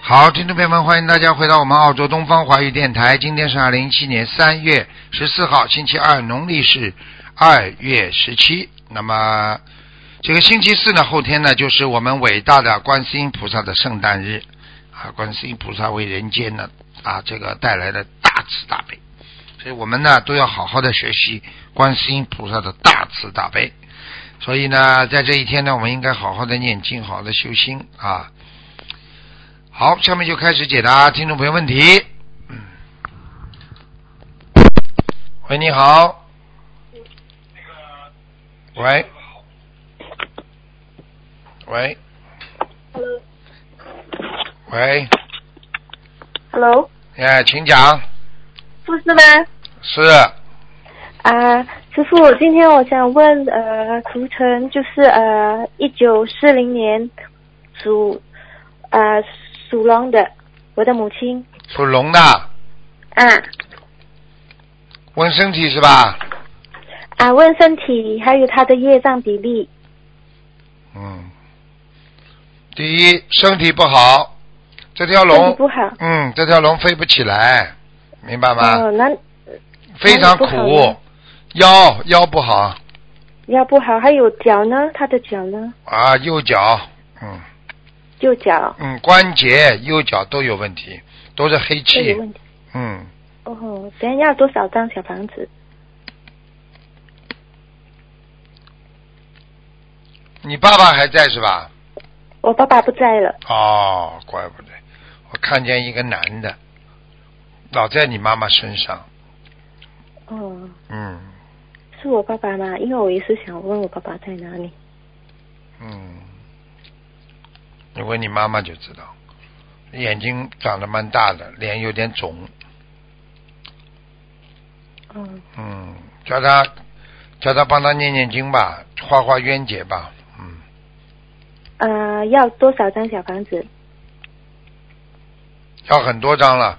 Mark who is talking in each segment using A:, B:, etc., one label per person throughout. A: 好，听众朋友们，欢迎大家回到我们澳洲东方华语电台。今天是二零一七年三月十四号，星期二，农历是二月十七。那么这个星期四呢，后天呢，就是我们伟大的观世音菩萨的圣诞日啊！观世音菩萨为人间呢啊这个带来了大慈大悲，所以我们呢都要好好的学习观世音菩萨的大慈大悲。所以呢，在这一天呢，我们应该好好的念经，好好的修心啊。好，下面就开始解答听众朋友问题。嗯喂，你好。喂。喂。喂，
B: Hello，
A: 哎，请讲。
B: 傅师吗？
A: 是，
B: 啊，师傅，今天我想问，呃，图腾就是呃，一九四零年属呃属龙的，我的母亲，
A: 属龙的，
B: 啊
A: 问身体是吧？
B: 啊，问身体还有她的业障比例，
A: 嗯。第一，身体不好，这条
B: 身体
A: 龙，
B: 不好，
A: 嗯，这条龙飞不起来，明白吗？
B: 哦，那
A: 非常
B: 哪里不好
A: 苦
B: 呢，
A: 腰腰不好
B: 要不好，还有脚呢，她的脚呢，
A: 啊，右脚，嗯
B: 右脚
A: 嗯，关节、右脚都有问题，都是黑
B: 这
A: 气
B: 有，问题，
A: 嗯，
B: 哦，等一下要多少张小房子？
A: 你爸爸还在是吧？
B: 我爸爸不在了，
A: 哦，怪不得，我看见一个男的，老在你妈妈身上，
B: 哦，
A: 嗯
B: 是我爸爸吗？因为我也是想问我爸爸在哪里。
A: 嗯，你问你妈妈就知道，眼睛长得蛮大的，脸有点肿，
B: 嗯，
A: 嗯，叫他叫他帮他念念经吧，化化冤结吧，嗯。
B: 呃，要多少张小房子？
A: 要很多张了，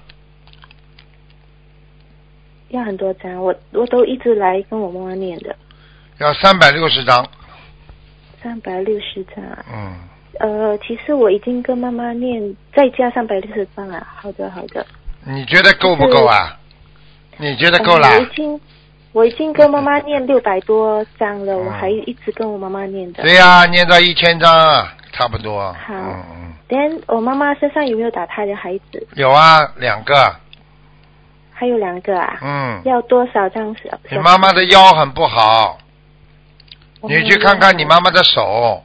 B: 要很多张，我我都一直来跟我妈妈念的，
A: 要三百六十张。
B: 三百六十张啊。
A: 嗯，
B: 呃，其实我已经跟妈妈念，再加三百六十张啊。好的，好的。
A: 你觉得够不够啊？你觉得够啦
B: 呃？我已经我已经跟妈妈念六百多张了，
A: 嗯
B: 我还一直跟我妈妈念的。
A: 对呀、念到一千张啊，差不多。
B: 好
A: 嗯嗯，
B: 但我妈妈身上有没有打胎的孩子？
A: 有啊，两个。
B: 还有两个啊。
A: 嗯，
B: 要多少张小？
A: 你妈妈的腰很不好，
B: 我
A: 你
B: 妈妈
A: 去看看你妈妈的手，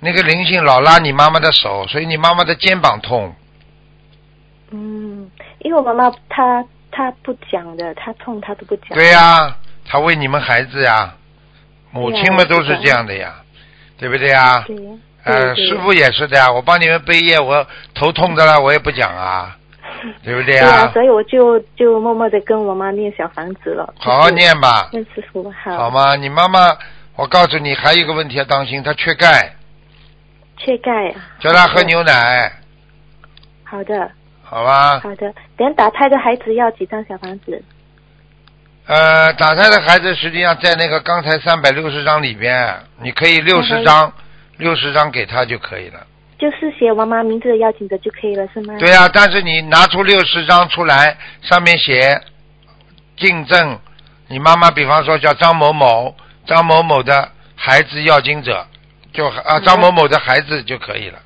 A: 那个灵性老拉你妈妈的手，所以你妈妈的肩膀痛。
B: 嗯，因为我妈妈她她不讲的，她痛她都不讲。
A: 对呀、她为你们孩子呀、母亲们
B: 对呀
A: 都是这样的呀，对不对呀、
B: 对。
A: 呃，
B: 对对
A: 师 傅也是的呀，我帮你们背业，我头痛的了，我也不讲啊，对不对
B: 对
A: 呀、
B: 啊，所以我就就默默的跟我妈念小房子了。
A: 好好。念吧，
B: 念师傅好。
A: 好？吗？你妈妈，我告诉你，还有一个问题要当心，她缺钙，
B: 缺钙啊。
A: 叫她喝牛奶，
B: 好的，
A: 好吧？
B: 好的。等打胎的孩子要几张小房子？
A: 呃，打胎的孩子实际上在那个刚才三百六十章里边，你可以六十章，六十章给她就可以了。
B: 就是写我妈妈名字的邀请者就可以了，是吗？
A: 对。呀、但是你拿出六十章出来，上面写敬赠，你妈妈比方说叫张某某，张某某的孩子要经者，就啊
B: 好
A: 张某某的孩子就可以了。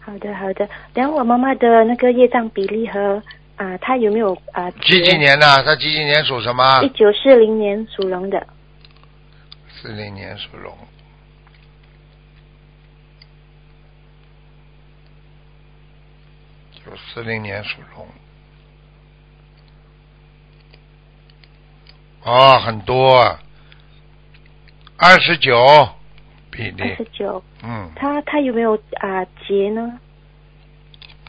B: 好的，好的。等我妈妈的那个业障比例和啊、她有没有啊？
A: 几几？年啊的？他几几年属什么
B: 一？九四零年属龙的。
A: 四零年属龙。九四零年属龙。哦，很多，二十九比
B: 二
A: 例
B: 十，九，
A: 嗯，
B: 她她有没有啊、结呢？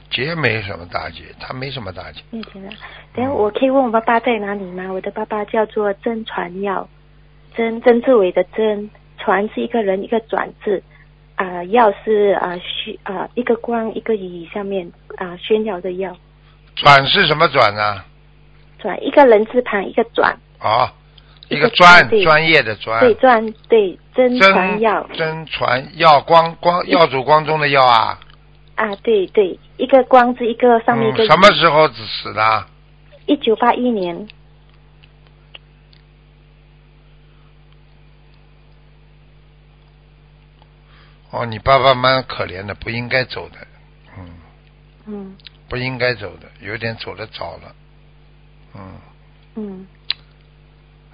A: 结没什么大结，他没什么大结。
B: 面前了。等我可以问我爸爸在哪里吗？我的爸爸叫做曾传耀，曾曾志伟的曾，传是一个人一个转字，啊、耀是啊虚啊一个光一个雨下面啊、炫耀的耀，
A: 转是什么转呢？
B: 转一个人字旁一个转，
A: 哦，一
B: 一
A: 个
B: 个
A: 专
B: 专对
A: 专业的专，
B: 对转对曾传耀
A: 真真传耀光光耀祖光宗的耀啊，
B: 啊，对对，一个光字，一个上面一
A: 嗯
B: 个。，
A: 什么？时候死的？
B: 一九八一年，
A: 哦，你爸爸蛮可怜的，不应该走的，嗯，
B: 嗯
A: 不应该走的，有点走的早了，嗯，
B: 嗯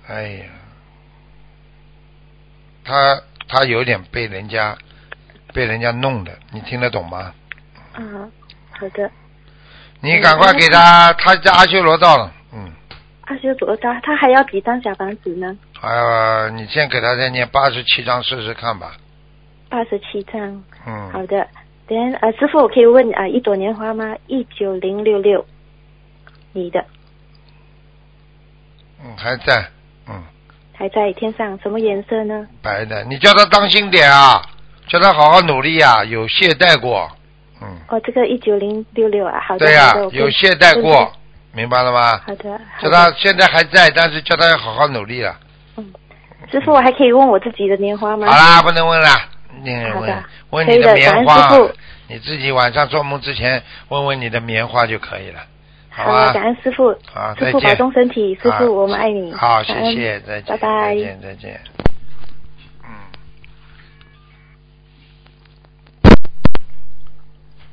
A: 哎呀，他他有点被人家被人家弄的，你听得懂吗？
B: 啊，好的。
A: 你赶快给他，
B: 嗯
A: 他家阿修罗到了，嗯，
B: 二十左右他他还要几张小房子呢？
A: 呃，你先给他再念八十七章试试看吧，
B: 八十七张。好
A: 嗯，
B: 的。等下呃，师傅，我可以问啊、呃一朵莲花吗？一九零六六，你的
A: 嗯，还在，嗯，
B: 还在天上，什么颜色呢？
A: 白的，你叫他当心点啊，叫他好好努力啊，有懈怠过，嗯。
B: 哦，这个一九零六六啊，好的，
A: 对呀、
B: 好的我跟
A: 有懈怠过，明白了吗？
B: 好的，好
A: 叫
B: 的
A: 他。现在还在，但是叫他要好好努力了。
B: 师傅，我还可以问我自己的莲花吗
A: 好？啦，不能问了，你
B: 好
A: 问
B: 的
A: 问
B: 可
A: 你
B: 以的
A: 棉
B: 感
A: 花
B: 恩师父，
A: 你自己晚上做梦之前问问你的棉花就可以了，
B: 好
A: 吧
B: 啊的，？感恩师傅，
A: 啊好，
B: 师
A: 再
B: 傅保重
A: 见。
B: 身体，师
A: 啊
B: 傅我们爱你。
A: 好，谢
B: 感恩
A: 谢，再见，
B: 拜拜
A: 再。见，再见。嗯。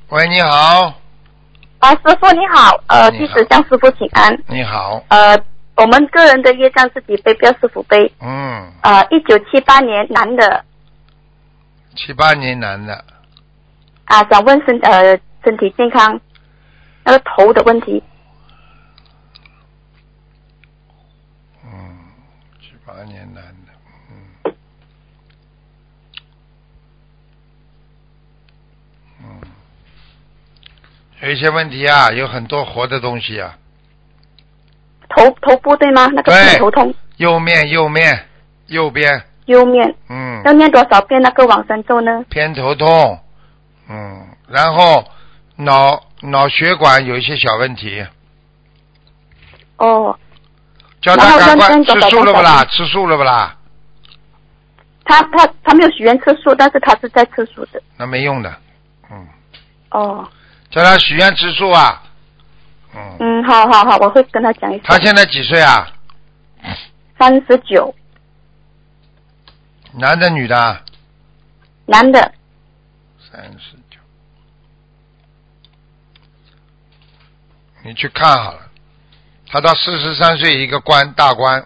A: 喂，你好，
C: 啊，师傅你好，呃，
A: 你
C: 弟
A: 好
C: 子向师傅请安。
A: 你好，
C: 呃，我们个人的业障自己背，不要师傅背。
A: 嗯，
C: 呃，一九七八年男的
A: 七八年男的，
C: 啊，想问身呃身体健康，那个头的问题。
A: 嗯，七八年男的，嗯，嗯，有一些问题啊，有很多活的东西啊，
C: 头头部对吗？那个
A: 对
C: 是头痛，
A: 右面右面右边，
C: 右面
A: 嗯，
C: 要念多少遍那个往生咒呢？
A: 偏头痛，嗯，然后脑脑血管有一些小问题，
C: 哦，
A: 叫他赶
C: 然后
A: 快
C: 跟
A: 吃
C: 跟
A: 素了不
C: 找
A: 啦？
C: 到
A: 吃素了不啦？
C: 他他他没有许愿吃素，但是他是在吃素的。
A: 那没用的，嗯，
C: 哦，
A: 叫他许愿吃素啊，嗯，
C: 嗯，好好好，我会跟他讲一
A: 他
C: 下。
A: 现在几岁啊？
C: 三十九，
A: 男的女的啊？
C: 男的，
A: 三十九。你去看好了，他到四十三岁一个官大官。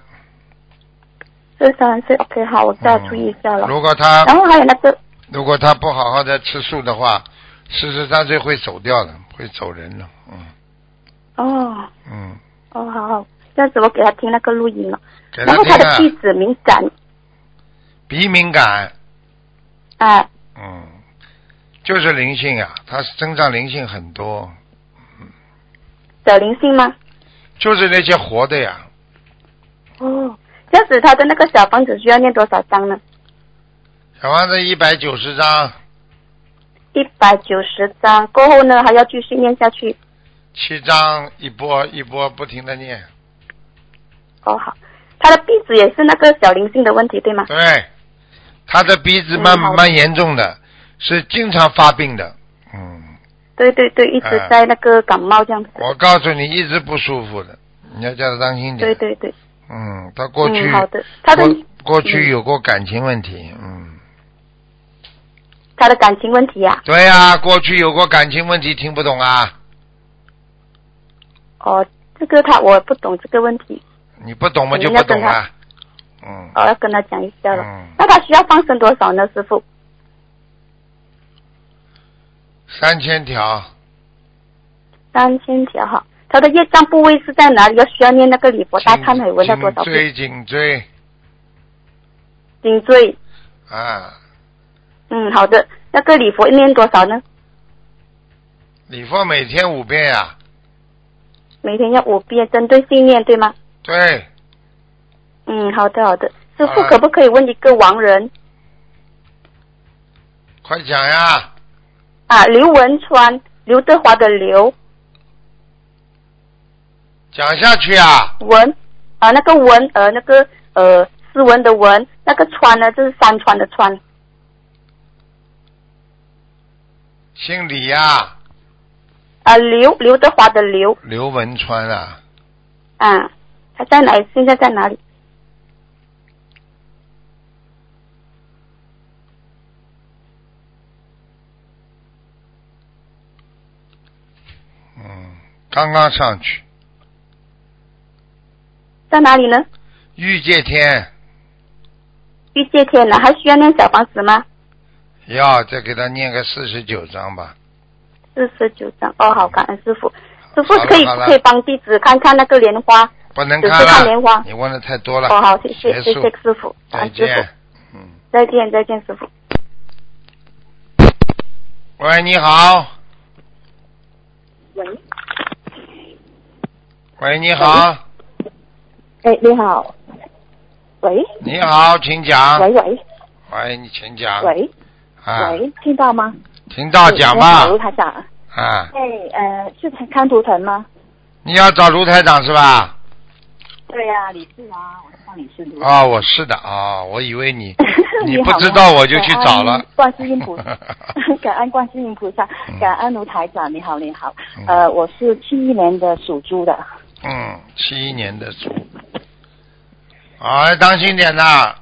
C: 这三十 OK，好，我就要注意一下了。
A: 嗯如果他
C: 然后还有那个
A: 如果他不好好的吃素的话，四十三岁会走掉的，会走人的。嗯
C: 哦
A: 嗯，
C: 哦，好好，这样子我给他听那个录音了。
A: 给
C: 然
A: 他
C: 后
A: 听
C: 他的
A: 啊
C: 地，址敏感
A: 鼻敏感，
C: 啊，
A: 嗯，就是灵性啊，他身上灵性很多，
C: 小灵性吗？
A: 就是那些活的呀，
C: 哦，这样子他的那个小房子需要念多少张呢？
A: 小王子一百九十张，
C: 一百九十张，过后呢还要继续念下去。
A: 七张一波一波不停的念，
C: 哦好，他的壁纸也是那个小灵性的问题对吗？
A: 对，他的鼻子蛮
C: 嗯好的
A: 蛮严重的，是经常发病的。嗯，
C: 对对对，一直
A: 哎
C: 在那个感冒这样子。
A: 我告诉你，一直不舒服的，你要叫他当心点。
C: 对。对对，
A: 嗯，他过去、
C: 嗯好的，他的
A: 过过去
C: 嗯
A: 有过感情问题，嗯，
C: 他的感情问题呀、
A: 对呀、过去有过感情问题，听不懂啊？
C: 哦，这个他我不懂这个问题，
A: 你不懂嘛
C: 嗯
A: 就不
C: 那跟
A: 懂
C: 他
A: 啊。嗯，
C: 我要跟他讲一下了。
A: 嗯
C: 那他需要放生多少呢，师傅？
A: 三千条，
C: 三千条哈，他的业障部位是在哪里？要需要念那个礼佛大忏悔文要多
A: 颈
C: 少遍？
A: 椎颈椎
C: 颈椎，
A: 啊，
C: 嗯，好的。那个礼佛念多少呢？
A: 礼佛每天五遍啊呀、
C: 每天要五遍，针对性念对吗？
A: 对，
C: 嗯，好的好的。师
A: 好
C: 傅
A: 了
C: 可不可以问一个亡人
A: 快讲呀，
C: 啊？刘文川，刘德华的刘
A: 讲下去啊，
C: 文啊，那个文呃那个呃斯文的文，那个川呢就是山川的川
A: 姓李呀、
C: 啊，刘刘德华的刘，
A: 刘文川啊，
C: 啊，他在哪？现在在哪里？
A: 嗯，刚刚上去。
C: 在哪里呢？
A: 玉界天
C: 玉界天呢？还需要念小房子吗？
A: 要再给他念个四十九章吧。
C: 四十九张。哦，好，感恩师傅。师傅
A: 好了
C: 可以
A: 好了
C: 可以帮弟子看看那个莲花？
A: 不能
C: 只
A: 看
C: 是看莲花
A: 了，你问的太多了。
C: 哦，好，谢谢
A: 结
C: 谢
A: 束
C: 谢师傅，
A: 再
C: 感恩师傅
A: 见，。嗯，
C: 再见再见 师傅。
A: 喂，你好。
D: 喂，
A: 喂，你好，
D: 哎，你好，喂，
A: 你好，请讲。
D: 喂喂
A: 喂，你请讲。
D: 喂
A: 啊，
D: 喂，听到吗？
A: 听到讲吧
D: 我是卢。台长，
A: 啊，
D: 哎，呃，是看图腾吗？
A: 你要找卢台长是吧？
D: 对呀、李志啊，我知道你是卢。
A: 啊、我是的啊、我以为 你你
D: 好
A: 不
D: 吗
A: 知道我就去找了。嗯
D: 感恩观世音 菩萨，感恩观世音菩萨，感恩卢台长，你好，你好。呃，我是七一年的属猪的，
A: 嗯，七一年的猪，啊，要当心点呐！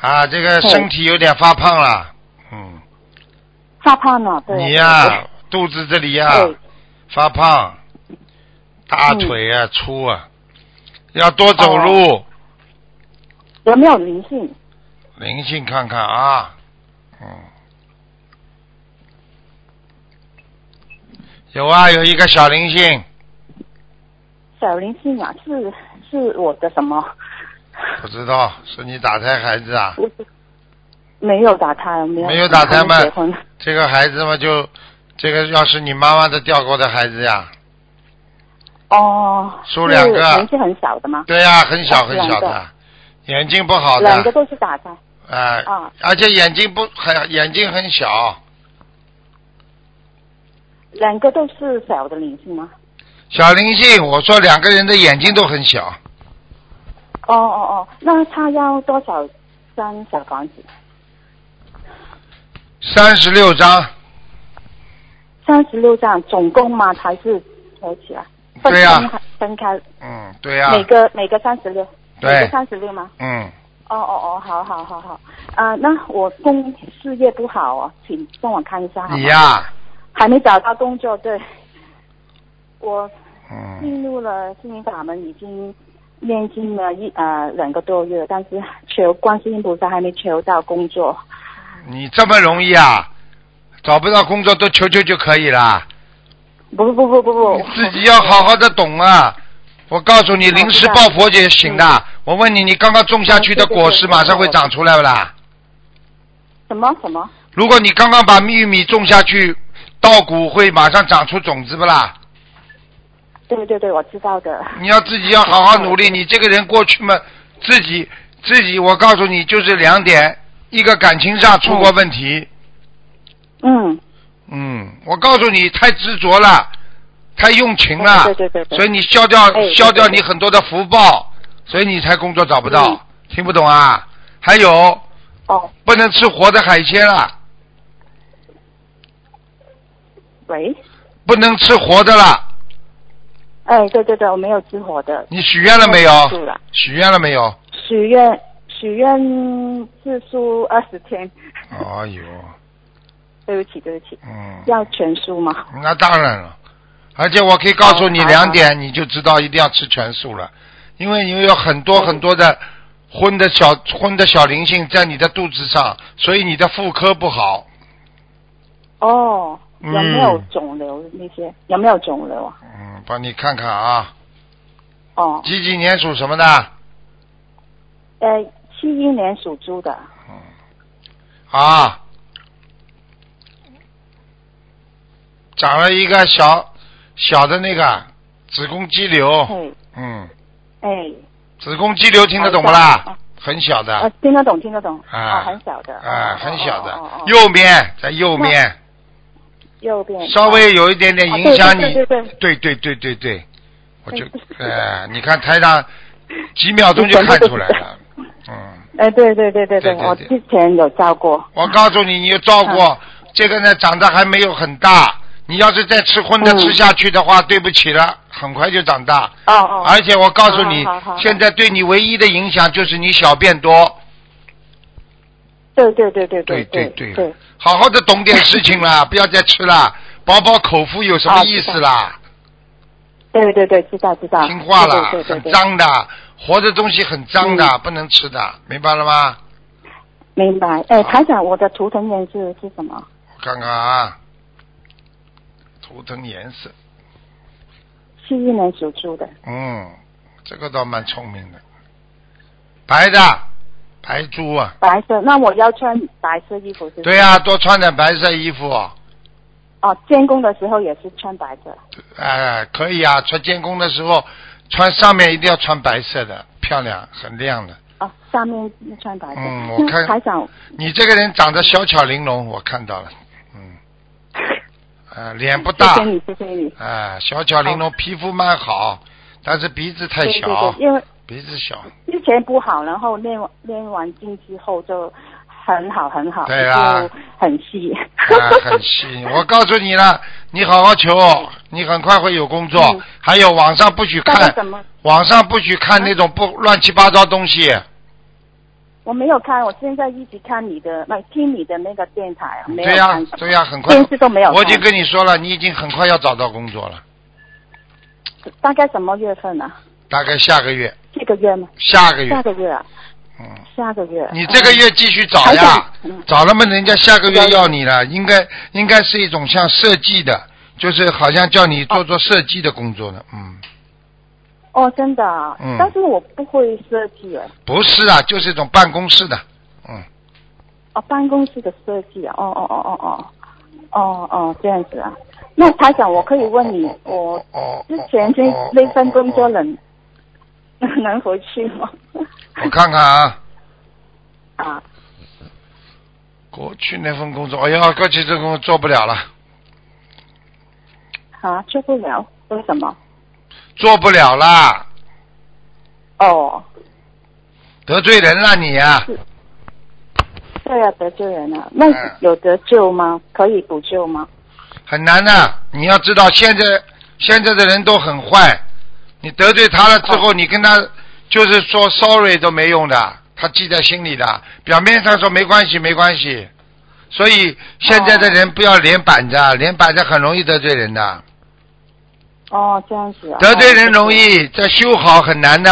A: 啊，这个身体有点发胖了。嗯，
D: 怕胖了，对。
A: 你呀、肚子这里呀、
D: 对
A: 发胖，大腿啊、粗啊，要多走路，
D: 哦有没有灵性？
A: 灵性看看啊。嗯，有啊，有一个小灵性，
D: 小灵性啊，是是我的什么？
A: 不知道是你打胎孩子啊？
D: 不是没有打胎，没有
A: 没有打胎吗
D: 还没结婚。
A: 这个孩子嘛，就这个要是你妈妈的掉过的孩子呀、
D: 哦，
A: 输两个
D: 是年纪很小的吗？
A: 对呀、很小
D: 哦
A: 很小
D: 两
A: 的，眼睛不好
D: 两个
A: 的，
D: 都是打胎。
A: 哎、
D: 啊
A: 而且眼睛不很眼睛很小，
D: 两个都是小的灵性吗？
A: 小灵性，我说两个人的眼睛都很小，
D: 哦哦哦，那他要多少张小房子？
A: 三十六张，
D: 三十六张总共吗？还是合起来？分
A: 对呀、
D: 分开分开，
A: 嗯，对呀、
D: 每个每个三十六，每个
A: 对，
D: 三十六吗？
A: 嗯，
D: 哦哦哦，好好好好，啊、那我工事业不好哦，请帮我看一啊下好吗
A: 你呀、
D: 还没找到工作，对，我
A: 嗯，
D: 进入了心灵法门，已经念经了一呃两个多月，但是求观世音菩萨还没求到工作。
A: 你这么容易啊？找不到工作都求求就可以啦，
D: 不不不不不
A: 你，自己要好好的懂啊！我告诉你，
D: 我知道
A: 临时抱佛脚也行的。我问你，你刚刚种下去的
D: 嗯嗯对对
A: 果实
D: 对
A: 马上会
D: 我
A: 长出来不啦？
D: 什么什么？
A: 如果你刚刚把玉米种下去，稻谷会马上长出种子不啦？
D: 对对对，我知道的。
A: 你要自己要好好努力。
D: 嗯
A: 你这个人过去嘛，自己自己，我告诉你，就是两点：一个感情上出过问题，
D: 嗯，
A: 嗯，我告诉你，太执着了，太用情了，
D: 对对对对
A: 所以你消掉、
D: 哎对
A: 消掉
D: 对
A: 你
D: 对
A: 很多的福报，所以你才工作找不到，
D: 嗯
A: 听不懂啊？还有
D: 哦，
A: 不能吃活的海鲜了，
D: 喂，
A: 不能吃活的了。
D: 哎，对对对，我没有激活的，
A: 你许愿了没有
D: 没有吃了？
A: 许愿了没有？
D: 许愿许愿次数二十天。
A: 哎呦，
D: 对不起对不起，
A: 嗯，
D: 要全数吗？
A: 那当然了，而且我可以告诉你
D: 好好
A: 两点，你就知道一定要吃全素了，因为你有很多
D: 嗯
A: 很多的荤的小荤的小灵性在你的肚子上，所以你的妇科不好。
D: 哦，有
A: 嗯
D: 没有肿瘤那些？有没有肿瘤啊？
A: 嗯，帮你看看啊，
D: 哦，
A: 几几年属什么的？嗯
D: 呃，七一年属猪的，
A: 啊，长了一个小小的那个子宫肌瘤，
D: 嘿，
A: 嗯，
D: 哎，
A: 子宫肌瘤听得懂不啦
D: 哦？
A: 很小的。
D: 呃，听得懂听得懂，
A: 啊
D: 哦很小的，
A: 啊
D: 哦，
A: 很小的
D: 哦哦，哦
A: 右面在右面，
D: 右边
A: 稍微有一点点影响你
D: 嗯啊对对
A: 对
D: 对。
A: 对对对对，我 就
D: 哎
A: 呃，你看台长几秒钟就看出来了。嗯，
D: 哎，对对对对
A: 对对对
D: 我之前有照过，嗯
A: 我告诉你，你要照顾这个呢长得还没有很大，你要是再吃荤的
D: 嗯
A: 吃下去的话，对不起了，很快就长大。
D: 哦哦，
A: 而且我告诉你
D: 好好好，好
A: 现在对你唯一的影响就是你小便多，
D: 对对对对
A: 对
D: 对
A: 对
D: 对，
A: 好好的懂点事情 啦，不要再吃啦，饱饱口福有什
D: 啊
A: 么意思啦？
D: 对对对，知道知道，
A: 听话啦，
D: 啊对对对嗯
A: 很
D: 对对，
A: 脏的，活的东西很脏的，不能吃的，明白了吗？
D: 明白。哎，
A: 好
D: 台长，我的图腾颜色是什么？
A: 我看看啊，图腾颜色，
D: 七一年属猪的，
A: 嗯，这个倒蛮聪明的，白的，白猪啊，
D: 白色。那我要穿白色衣服是不是？
A: 对呀、多穿点白色衣服、
D: 哦，监工的时候也是穿白色。
A: 哎，可以啊，穿监工的时候，穿上面一定要穿白色的，漂亮，很亮的。
D: 哦，下面是穿白色。
A: 嗯我看
D: 那台长，
A: 你这个人长得小巧玲珑，我看到了，嗯，呃，脸不大
D: 谢谢，你，谢谢你。
A: 哎，小巧玲珑，皮肤蛮好，但是鼻子太
D: 对对
A: 小
D: 对，，因为
A: 鼻子小，
D: 之前不好，然后练练完经之后就很好很好，
A: 对啦
D: 就很细。
A: 啊，很细。我 告诉你了，你好好求，你很快会有工作
D: 嗯。
A: 还有网上不许
D: 那个
A: 看，
D: 什么，
A: 网上不许看那种不乱七八糟东西。
D: 我没有看，我现在一直看你的，不听你的那个电台啊，没有
A: 对呀
D: 看什么，
A: 对呀，很快
D: 电。视都没有看。
A: 我已经跟你说了，你已经很快要找到工作了。
D: 大概什么月份啊？
A: 大概下个月，
D: 这个月吗？
A: 下个月
D: 下，个月啊，
A: 嗯，
D: 下个月。
A: 你这个月继续找
D: 还
A: 呀
D: 想，嗯
A: 找了嘛，人家下个月要你了，应该应该是一种像设计的，就是好像叫你做做设计的工作的，嗯，
D: 哦，真的啊，
A: 嗯
D: 但是我不会设计哎，
A: 不是啊，就是一种办公室的，嗯，
D: 哦，办公室的设计啊，哦哦哦哦哦，哦哦，这样子啊。那台长，我可以问你，我
A: 哦
D: 之前这那份工作，能 能回去吗？
A: 我看看啊，
D: 啊，
A: 过去那份工作，哎呀，过去这工作做不了了，
D: 啊，做不了，为什么？
A: 做不了啦，
D: 哦，
A: 得罪人了你啊，
D: 对啊，得罪人了。那
A: 嗯
D: 有得救吗？可以补救吗？
A: 很难的、你要知道，现在现在的人都很坏，你得罪他了之后，你跟他就是说 sorry 都没用的，他记在心里的。表面上说没关系，没关系。所以现在的人不要脸板着，脸板着很容易得罪人的，
D: 哦，这样子啊。
A: 得罪人
D: 哦
A: 容。易，再修好很难的，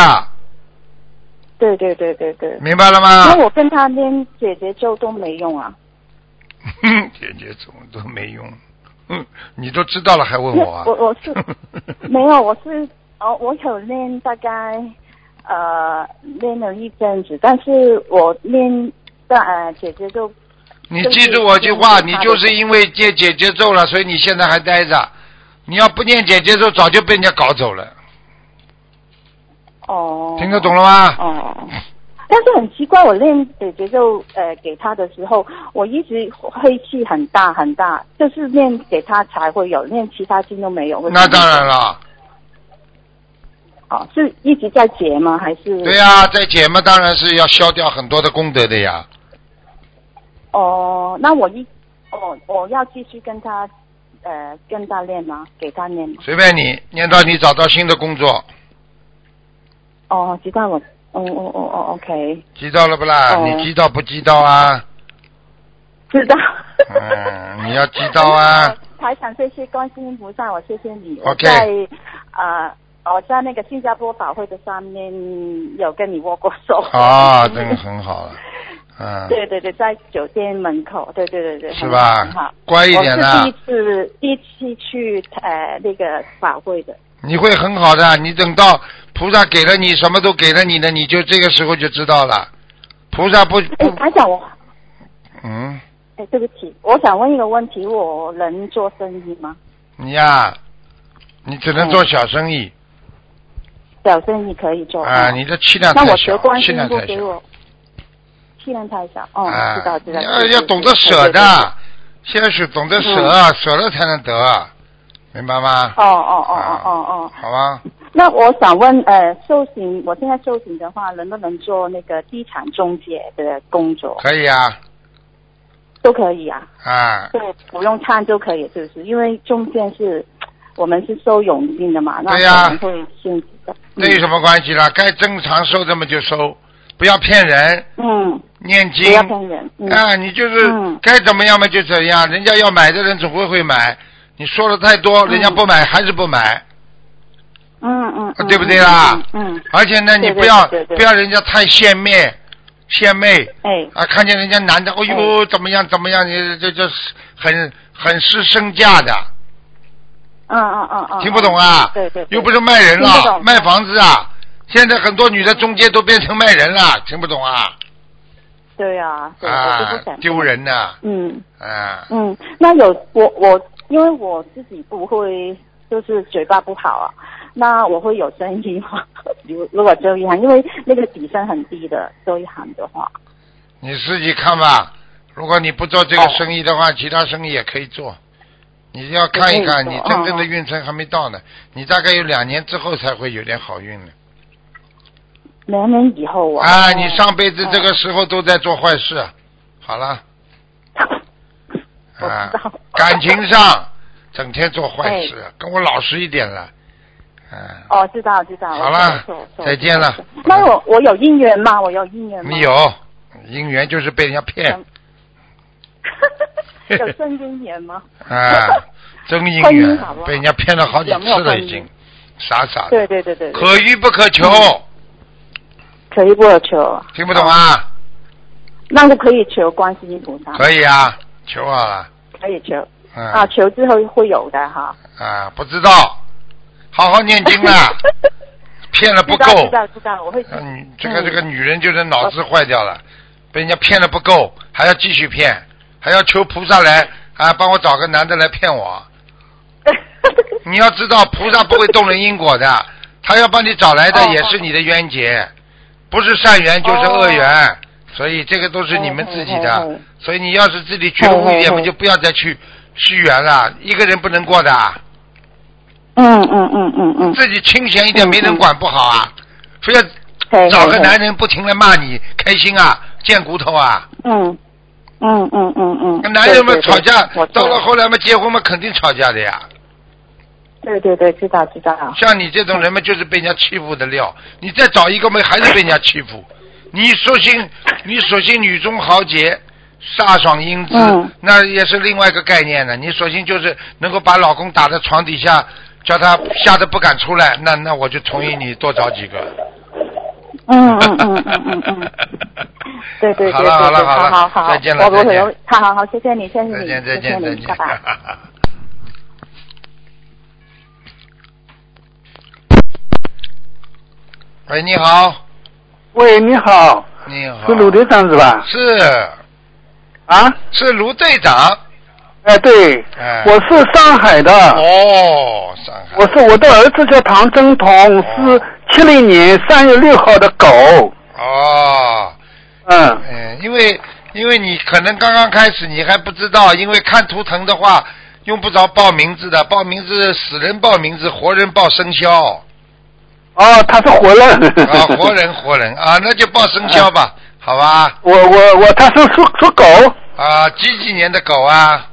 D: 对对对对对。
A: 明白了吗
D: 那？我跟他连姐姐咒都没用啊。
A: 哼，姐姐怎么都没用，哼，你都知道了还问我啊？
D: 我我 是没有，我是哦，我有练大概呃练了一阵子，但是我练的呃姐姐就
A: 你记住我句话，你就是因为念姐姐咒了，所以你现在还待着。你要不念姐姐咒，早就被人家搞走了。
D: 哦
A: 听得懂了吗？
D: 哦。但是很奇怪，我练姐姐咒呃给他的时候，我一直呃黑气很大很大，就是练给他才会有，练其他经都没有。
A: 那当然。了，
D: 哦，是一直在结吗？还是？
A: 对呀、在解嘛，当然是要消掉很多的功德的呀。
D: 哦，那我一哦，我要继续跟他呃跟他练吗？给他练吗？
A: 随便你，念到你找到新的工作，
D: 哦，知道我，哦哦哦哦，OK，
A: 知道了不啦？
D: 哦
A: 你知道不知道啊？
D: 知道。
A: 嗯你要知道 啊
D: 嗯。台长，谢谢观世音菩萨，我谢谢你。
A: OK
D: 我在啊、呃我在那个新加坡法会的上面有跟你握过手。
A: 啊，真的很好了，嗯，
D: 对对对，在酒店门口，对对对对，
A: 是吧
D: 很好很好
A: 乖一点啊啦
D: 我是第一次第一次去呃那个法会的，
A: 你会很好的。你等到菩萨给了你什么都给了你的，你就这个时候就知道了。菩萨 不
D: 哎，
A: 不，
D: 台长我
A: 嗯。
D: 哎，对不起，我想问一个问题，我能做生意吗？
A: 你呀、你只能做小生意、
D: 小生意可以做
A: 啊，
D: 嗯
A: 你的气量
D: 那
A: 太
D: 我学
A: 小
D: 观，
A: 气
D: 世音
A: 量
D: 不
A: 太
D: 给
A: 小
D: 我，气量太小。哦，
A: 啊，
D: 知道知道。
A: 要
D: 是
A: 要
D: 是
A: 懂得
D: 是
A: 舍
D: 对对对
A: 的，先是懂得舍，舍了才能得，明白吗？
D: 哦嗯哦哦
A: 啊
D: 哦哦
A: 好吧，
D: 哦。那我想问，呃，修行，我现在修行的话，能不能做那个地产中介的工作？
A: 可以啊，
D: 都可以啊，
A: 啊，
D: 对，不用看就可以，是不是？因为中间是我们是收佣金的嘛，那
A: 对呀
D: 可能会限制的。
A: 那有什么关系啦？该正常收这么就收，不要骗人，
D: 嗯，
A: 念
D: 不
A: 经
D: 要骗人。嗯，
A: 啊，你就是
D: 嗯
A: 该怎么样嘛就怎样，人家要买的人总会会买，你说了太多，人家不买还是不买，
D: 嗯嗯
A: 啊对不对啦
D: 嗯，嗯
A: 而且呢，你
D: 对对
A: 不要
D: 对对对
A: 不要人家太献媚，献媚
D: 哎，
A: 啊，看见人家男
D: 嗯
A: 的，哎呦怎么样怎么样，你这这很很失身价的，
D: 嗯嗯嗯嗯，
A: 听不懂啊？
D: 对对，对
A: 又不是卖人
D: 听不
A: 了，
D: 懂
A: 卖房子啊！现在很多女的中介都变成卖人了，听不懂啊？
D: 对啊，对，我就
A: 啊
D: 不想，
A: 丢。人呐！
D: 嗯
A: 啊，
D: 嗯，那有我我因为我自己不会，就是嘴巴不好啊，那我会有生意吗？ 如如果周一涵，因为那个底薪很低的周一涵的话，
A: 你自己看吧。如果你不做这个生意的话，其他生意也可以做。你要看一看，
D: 哦也可以
A: 你真
D: 做
A: 正的
D: 嗯嗯
A: 运程还没到呢，你大概有两年之后才会有点好运呢。
D: 两年以后啊。
A: 啊，
D: 哦
A: 你上辈子这个时候都在做坏事，好了
D: 我
A: 啊
D: 知道，
A: 感情上整天做坏
D: 哎
A: 事，跟我老实一点了，啊。
D: 哦，知道知道。
A: 好
D: 我
A: 了
D: 错我错
A: 再见了
D: 那我我有姻缘吗？我有姻缘吗？
A: 没。有，姻缘就是被人家骗
D: 有真姻缘 吗？
A: 啊，真姻
D: 嗯婚姻好不
A: 缘
D: 好
A: 被人家骗了好几
D: 有没有
A: 次了，
D: 婚
A: 已
D: 姻
A: 经傻傻
D: 对
A: 的，
D: 对对嗯对，对
A: 可遇不可求，
D: 可以不可求，
A: 听不懂啊？
D: 那就可以求观世音菩萨，
A: 可以啊，求好了，
D: 可以求啊，
A: 嗯
D: 求之后会有的哈。
A: 啊，不知道，好好念 经啦，骗了不
D: 知道
A: 够
D: 知，道知道，我会。
A: 嗯，这个这个女人就是脑子坏掉了，被人家骗了不够，还要继续骗，还要求菩萨来啊，帮我找个男的来骗我。嗯你要知道，菩萨不会动人因果 的，他要帮你找来的
D: 哦
A: 也是你的冤结，不是善缘就是恶缘，所以这个都是你们自己的。
D: 哦哦哦哦
A: 所以你要是自己觉悟一点，
D: 哦哦哦
A: 我就不要再去续缘了。一个人不能过的，
D: 嗯嗯嗯嗯嗯，
A: 自己清闲一点，
D: 嗯嗯哦
A: 没人管不好啊。非要
D: 可以
A: 找个。
D: 可以
A: 男人不停的骂你，开心啊，贱骨头啊。
D: 嗯嗯嗯嗯 嗯。
A: 跟男人们
D: 对
A: 吵架，到。
D: 对对
A: 了
D: 我
A: 后来嘛，结婚嘛，肯定吵架的呀。
D: 对对对，知道知 道。
A: 像你这种人嘛，就是被人家欺负的料。你再找一个嘛，还是被人家欺 负。你索性，你索性女中豪杰，飒爽英姿，
D: 嗯
A: 那也是另外一个概念呢。你索性就是能够把老公打在床底下，叫他吓得不敢出来，那那我就同意你多找几个。
D: 嗯嗯嗯嗯嗯嗯。对对对对
A: 好
D: 对，
A: 了好了
D: 好
A: 了
D: 好好，
A: 再见了
D: 我不
A: 再
D: 会
A: 见
D: 有，好好好，谢谢你，谢谢
A: 再
D: 你，
A: 见再
D: 谢谢
A: 见再
D: 你，
A: 见
D: 拜拜。。
A: 喂，你好，
E: 喂，你好，
A: 你好，
E: 是鲁队长是吧？
A: 是
E: 啊，
A: 是卢队长，
E: 哎，对，
A: 哎，
E: 我是上海的，
A: 哦，上海，
E: 我是我的儿子叫唐征彤，是七零年三月六号的狗，
A: 哦，
E: 嗯，
A: 嗯，因为因为你可能刚刚开始你还不知道，因为看图腾的话用不着报名字的，报名字死人报名字，活人报生肖。
E: 哦，他是活人，
A: 啊，活，人活人啊，那就报生肖吧，好吧？
E: 我我我，他是属属狗，
A: 啊，几几年的狗啊？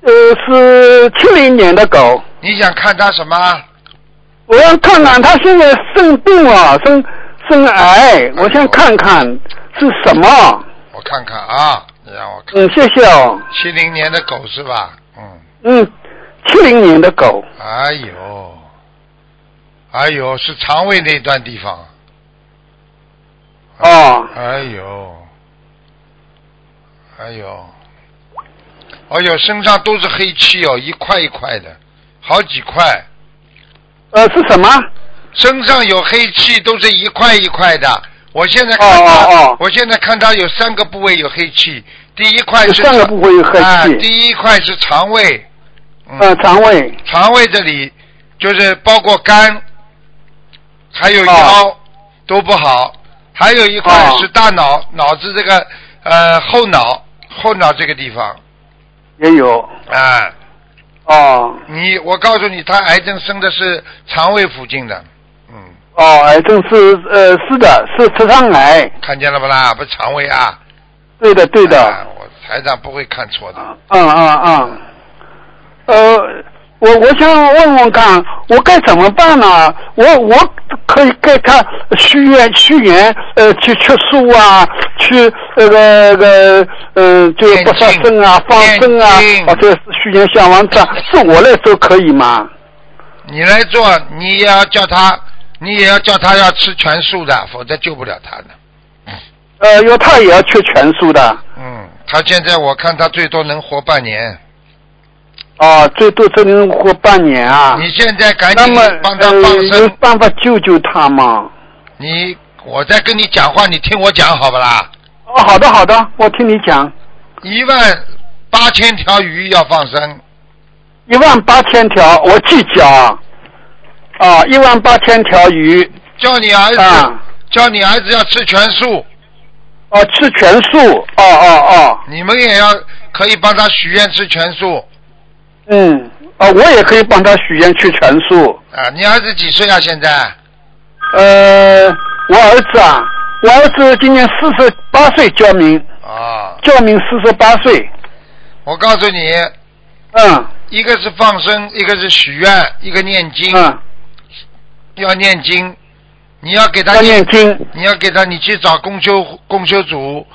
E: 呃，是七零年的狗，
A: 你想看它什么？
E: 我要看看他现在生病啊，生生
A: 哎
E: 癌，我想看看是什么，
A: 我看看啊，你让我看，
E: 嗯，谢谢哦，
A: 七零年的狗是吧？嗯，
E: 嗯，七零年的狗，
A: 哎呦，哎呦，是肠胃那段地方。
E: 哦，
A: 哎呦，哎呦，哎呦，身上都是黑气哦，一块一块的，好几块，
E: 呃，是什么？
A: 身上有黑气，都是一块一块的。我现在
E: 哦
A: 看他，
E: 哦哦
A: 我现在看他有三个部位有黑气，第一块是
E: 上个
A: 肠
E: 部位有黑
A: 啊，
E: 气，
A: 第一块是肠胃，嗯，
E: 呃，肠胃，
A: 肠胃这里就是包括肝，还有
E: 哦
A: 腰、都不好，还有一块
E: 哦
A: 是大脑、脑子这个呃后脑后脑这个地方
E: 也有，
A: 啊，
E: 哦
A: 你我告诉你，他癌症生的是肠胃附近的，嗯，
E: 哦，癌症是呃是的，是直肠癌，
A: 看见了不啦？不是肠胃啊，
E: 对的对的，
A: 啊我台长不会看错的。
E: 嗯嗯嗯，呃，我我想问问看，我该怎么办呢、我我可以给他许愿许愿，呃，去吃素啊，去那个个嗯，就
A: 念
E: 不杀
A: 经
E: 生啊，放生啊
A: 念，经
E: 或者是许愿小王子啊，是我来做可以吗？
A: 你来做，你也要叫他，你也要叫他要吃全素的，否则救不了他的。
E: 呃，因为他也要吃全素的，
A: 嗯，他现在我看他最多能活半年。
E: 哦，最多只能活半年啊。
A: 你现在赶
E: 那
A: 紧
E: 么
A: 帮他放
E: 呃，有
A: 生。
E: 办法救救他吗？
A: 你我在跟你讲话，你听我讲好不啦？
E: 哦，好的好的，我听你讲，
A: 一万八千条鱼要放生，
E: 一万八千条，我记讲啊，啊，一万八千条鱼
A: 叫你儿子、
E: 啊，
A: 叫你儿子要吃全素，
E: 哦，吃全素，哦哦哦，
A: 你们也要可以帮他许愿吃全素
E: 嗯，啊，我也可以帮他许愿吃全素，
A: 啊。你儿子几岁啊？现在
E: 呃，我儿子啊，我儿子今年四十八岁，叫名
A: 啊，
E: 叫名四十八岁，
A: 我告诉你，
E: 嗯
A: 一个是放生，一个是许愿，一个念经，
E: 嗯，
A: 要念经，你要给他
E: 要念经，
A: 你要给他，你去找公修公修组，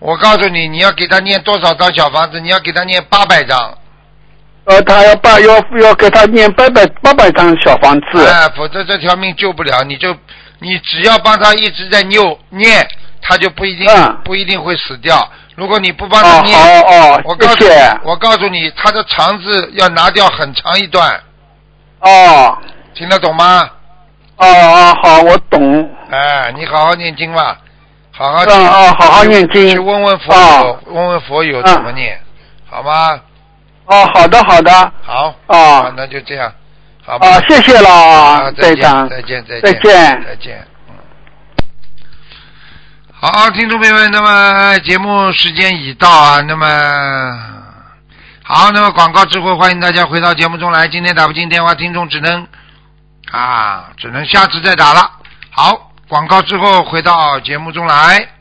A: 我告诉你，你要给他念多少张小房子？你要给他念八百张，
E: 呃，他要把要要给他念八百八百张小房子，
A: 哎，否则这条命救不了。你就你只要帮他一直在拗念，他就不一定、
E: 嗯
A: 不一定会死掉。如果你不帮他
E: 哦
A: 念，
E: 好
A: 我
E: 哦，
A: 告诉
E: 谢谢，
A: 我告诉你，他的肠子要拿掉很长一段，
E: 哦。
A: 听得懂吗？
E: 哦哦，好，我懂。
A: 哎，你好好念经吧，好好
E: 嗯
A: 去
E: 哦，好好
A: 啊
E: 念
A: 去
E: 经。
A: 问问佛友
E: 哦，
A: 问问佛友怎么念，好吗？
E: 哦，好的好的。
A: 好。啊，
E: 哦
A: 那就这样，好吧。
E: 哦，谢谢了
A: 啊，
E: 啊，
A: 再
E: 队
A: 见，
E: 长。
A: 再见，再见，
E: 再见
A: 再见。嗯。好，听众朋友们，那么哎节目时间已到啊，那么好，那么广告之后，欢迎大家回到节目中来。今天打不进电话，听众只能啊，只能下次再打了。好，广告之后回到节目中来。